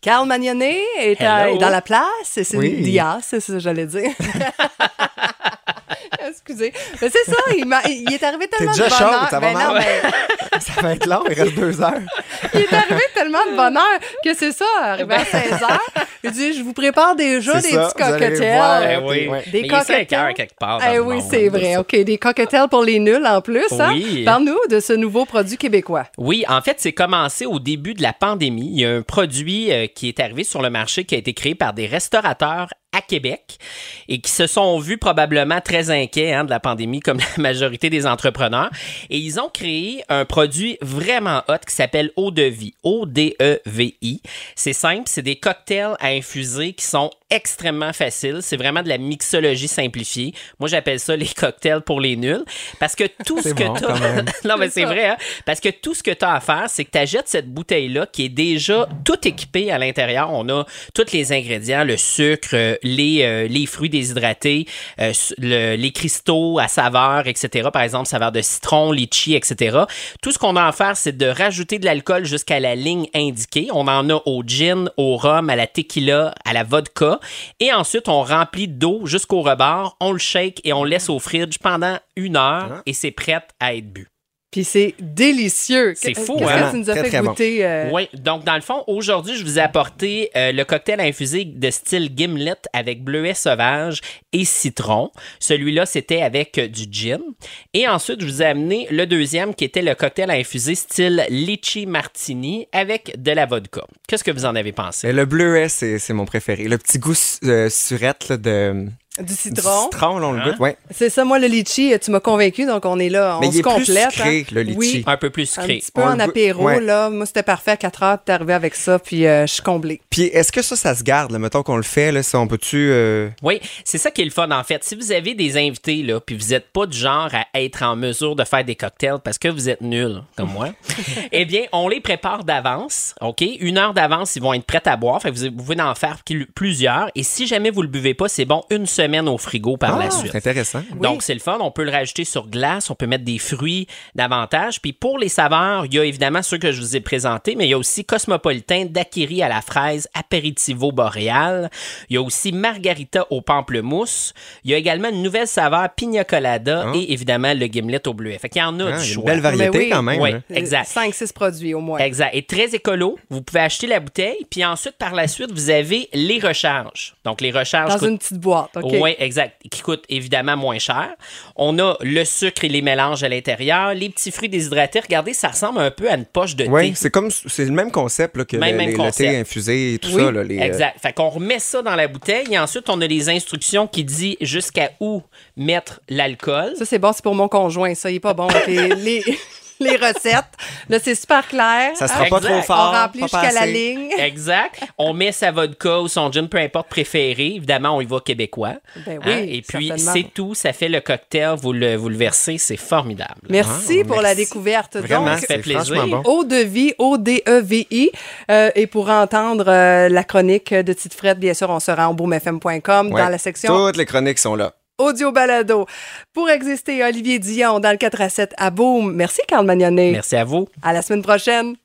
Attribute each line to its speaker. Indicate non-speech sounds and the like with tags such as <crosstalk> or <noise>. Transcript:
Speaker 1: Carl Magnonnet est, à-
Speaker 2: Hello.
Speaker 1: est dans la place. et C'est
Speaker 3: Oui.
Speaker 1: Dia, c'est ça que j'allais dire. <laughs> Excusez. Mais c'est ça, il, m'a- il est arrivé tellement
Speaker 3: déjà
Speaker 1: de bonheur.
Speaker 3: chaude, ça va
Speaker 1: Ben non,
Speaker 3: mal.
Speaker 1: mais
Speaker 3: <laughs> Ça va être long, il reste deux heures.
Speaker 1: il est arrivé tellement de bonheur que c'est ça, arrivé à 16h. Il dit Je vous prépare déjà
Speaker 3: Ben. C'est
Speaker 1: des
Speaker 3: ça,
Speaker 1: petits
Speaker 3: vous allez les voir.
Speaker 1: cocktails.
Speaker 2: Eh oui.
Speaker 3: Ouais.
Speaker 1: Des
Speaker 2: Mais il est cinq
Speaker 1: cocktails.
Speaker 2: heures quelque part. dans
Speaker 1: Eh
Speaker 2: le
Speaker 1: oui,
Speaker 2: monde,
Speaker 1: c'est
Speaker 2: là,
Speaker 1: vrai.
Speaker 2: ça.
Speaker 1: OK, des cocktails pour les nuls en plus. hein?
Speaker 2: Oui.
Speaker 1: Parle-nous de ce nouveau produit québécois.
Speaker 2: Oui, en fait, c'est commencé au début de la pandémie. Il y a un produit euh, qui est arrivé sur le marché qui a été créé par des restaurateurs à Québec et qui se sont vus probablement très inquiets hein, de la pandémie comme <laughs> la majorité des entrepreneurs. Et ils ont créé un produit vraiment hot qui s'appelle Eau de Vie, O-D-E-V-I. C'est simple, c'est des cocktails à infuser qui sont extrêmement faciles. C'est vraiment de la mixologie simplifiée. Moi, j'appelle ça les cocktails pour les nuls parce que tout ce
Speaker 3: C'est
Speaker 2: que
Speaker 3: bon,
Speaker 2: tu
Speaker 3: quand même.
Speaker 2: <laughs> non, mais
Speaker 1: C'est
Speaker 2: c'est
Speaker 1: ça.
Speaker 2: vrai, hein? parce que tout ce que tu as à faire, c'est que tu achètes cette bouteille-là qui est déjà tout équipée à l'intérieur. On a tous les ingrédients, le sucre, euh, les, euh, les fruits déshydratés, euh, su- le- les cristaux à saveur, etc. Par exemple, saveur de citron, litchi, etc. Tout ce qu'on a à faire, c'est de rajouter de l'alcool jusqu'à la ligne indiquée. On en a au gin, au rhum, à la tequila, à la vodka. Et ensuite, on remplit d'eau jusqu'au rebord, on le shake et on le laisse au fridge pendant une heure et c'est prêt à être bu.
Speaker 1: Puis c'est délicieux.
Speaker 2: C'est
Speaker 1: Qu'est-ce
Speaker 2: fou,
Speaker 1: que
Speaker 2: hein?
Speaker 1: tu nous as
Speaker 3: Très,
Speaker 1: fait
Speaker 3: très bon.
Speaker 1: goûter? euh,
Speaker 2: Oui, donc dans le fond, aujourd'hui, je vous ai apporté euh, le cocktail infusé de style gimlet avec bleuet sauvage et citron. Celui-là, c'était avec euh, du gin. Et ensuite, je vous ai amené le deuxième qui était le cocktail infusé style litchi martini avec de la vodka. Qu'est-ce que vous en avez pensé?
Speaker 1: Euh,
Speaker 3: Et le bleuet, c'est c'est mon préféré. Le petit goût su- euh, surette là, de
Speaker 1: Du
Speaker 3: du
Speaker 1: citron.
Speaker 3: citron, là, on
Speaker 2: Hein?
Speaker 3: le goûte. Ouais.
Speaker 1: C'est ça, moi, le litchi, euh, tu m'as convaincu, donc on est là, on
Speaker 3: Mais
Speaker 1: se
Speaker 3: il est plus
Speaker 1: complète.
Speaker 3: sucré,
Speaker 1: hein.
Speaker 3: le litchi.
Speaker 1: Oui,
Speaker 2: Un peu plus
Speaker 1: un
Speaker 2: sucré.
Speaker 1: petit peu
Speaker 3: On
Speaker 1: en
Speaker 3: le goûte-
Speaker 1: apéro,
Speaker 3: ouais.
Speaker 1: là. Moi, c'était parfait. À 4 heures, t'es arrivé avec ça, puis euh, je suis comblée.
Speaker 3: Puis est-ce que ça, ça se garde? Là? Mettons qu'on le fait, là, si on peut-tu... euh,
Speaker 2: Oui, c'est ça qui est le fun en fait. Si vous avez des invités là, puis vous n'êtes pas du genre à être en mesure de faire des cocktails parce que vous êtes nul comme moi, eh bien, on les prépare d'avance, ok Une heure d'avance, ils vont être prêts à boire. Fait que vous vous pouvez en faire qu'il- plusieurs. Et si jamais vous le buvez pas, c'est bon une semaine au frigo par la
Speaker 3: ah,
Speaker 2: suite.
Speaker 3: C'est intéressant.
Speaker 2: Donc, c'est le fun. On peut le rajouter sur glace. On peut mettre des fruits davantage. Puis, pour les saveurs, il y a évidemment ceux que je vous ai présentés, mais il y a aussi Cosmopolitain d'Akiri à la fraise Aperitivo Boréal. Il y a aussi Margarita au pamplemousse. Il y a également une nouvelle saveur Pina Colada
Speaker 3: Ah.
Speaker 2: et évidemment le Gimlet au bleuet. Fait qu'il y en a
Speaker 3: Ah,
Speaker 2: du
Speaker 3: il y a
Speaker 2: choix.
Speaker 3: une belle variété
Speaker 1: Mais oui.
Speaker 3: quand même.
Speaker 2: Ouais.
Speaker 3: hein.
Speaker 2: Exact.
Speaker 1: 5-6 Euh, produits, au moins.
Speaker 2: Exact. Et très écolo. Vous pouvez acheter la bouteille. Puis ensuite, par la suite, vous avez les recharges. Donc, les recharges
Speaker 1: Dans
Speaker 2: coûtent
Speaker 1: une petite boîte, OK?
Speaker 2: oui, exact. Qui coûte évidemment moins cher. On a le sucre et les mélanges à l'intérieur, les petits fruits déshydratés. Regardez, ça ressemble un peu à une poche de
Speaker 3: Oui,
Speaker 2: thé.
Speaker 3: c'est comme c'est le même concept là, que
Speaker 2: Même-
Speaker 3: le,
Speaker 2: même
Speaker 3: les- le
Speaker 2: concept.
Speaker 3: thé infusé et tout
Speaker 1: Oui,
Speaker 3: ça. Là, les, euh,
Speaker 2: Exact. Fait qu'on remet ça dans la bouteille et ensuite on a les instructions qui dit jusqu'à où mettre l'alcool.
Speaker 1: Ça, c'est bon, c'est pour mon conjoint, ça. Il est pas bon.
Speaker 3: <laughs>
Speaker 1: avec les, les- les recettes, là, c'est super clair.
Speaker 3: Ça sera
Speaker 1: Hein?
Speaker 3: pas
Speaker 2: Exact. Ah,
Speaker 3: trop fort.
Speaker 1: On remplit
Speaker 3: pas
Speaker 1: jusqu'à la
Speaker 3: passé.
Speaker 1: ligne.
Speaker 2: Exact. On met sa vodka ou son gin, peu importe préféré. Évidemment, on y va québécois.
Speaker 1: Ben
Speaker 2: Hein?
Speaker 1: oui,
Speaker 2: Et puis,
Speaker 1: certainement.
Speaker 2: c'est tout. Ça fait le cocktail. Vous le, vous le versez. C'est formidable.
Speaker 1: Merci
Speaker 3: Ah,
Speaker 1: pour la
Speaker 3: merci.
Speaker 1: découverte.
Speaker 3: Vraiment,
Speaker 1: Donc,
Speaker 2: fait
Speaker 3: c'est
Speaker 2: plaisir.
Speaker 3: franchement bon.
Speaker 1: O de vie, O-D-E-V-I. Euh, et pour entendre euh, la chronique de Tite Frette, bien sûr, on se rend au boomfm.com
Speaker 3: Ouais.
Speaker 1: dans la section
Speaker 3: Toutes les chroniques sont là.
Speaker 1: Audio Balado. Pour exister, Olivier Dion dans le 4 à 7 à Boom. Merci, Carl Magnonnet.
Speaker 2: Merci à vous.
Speaker 1: À la semaine prochaine.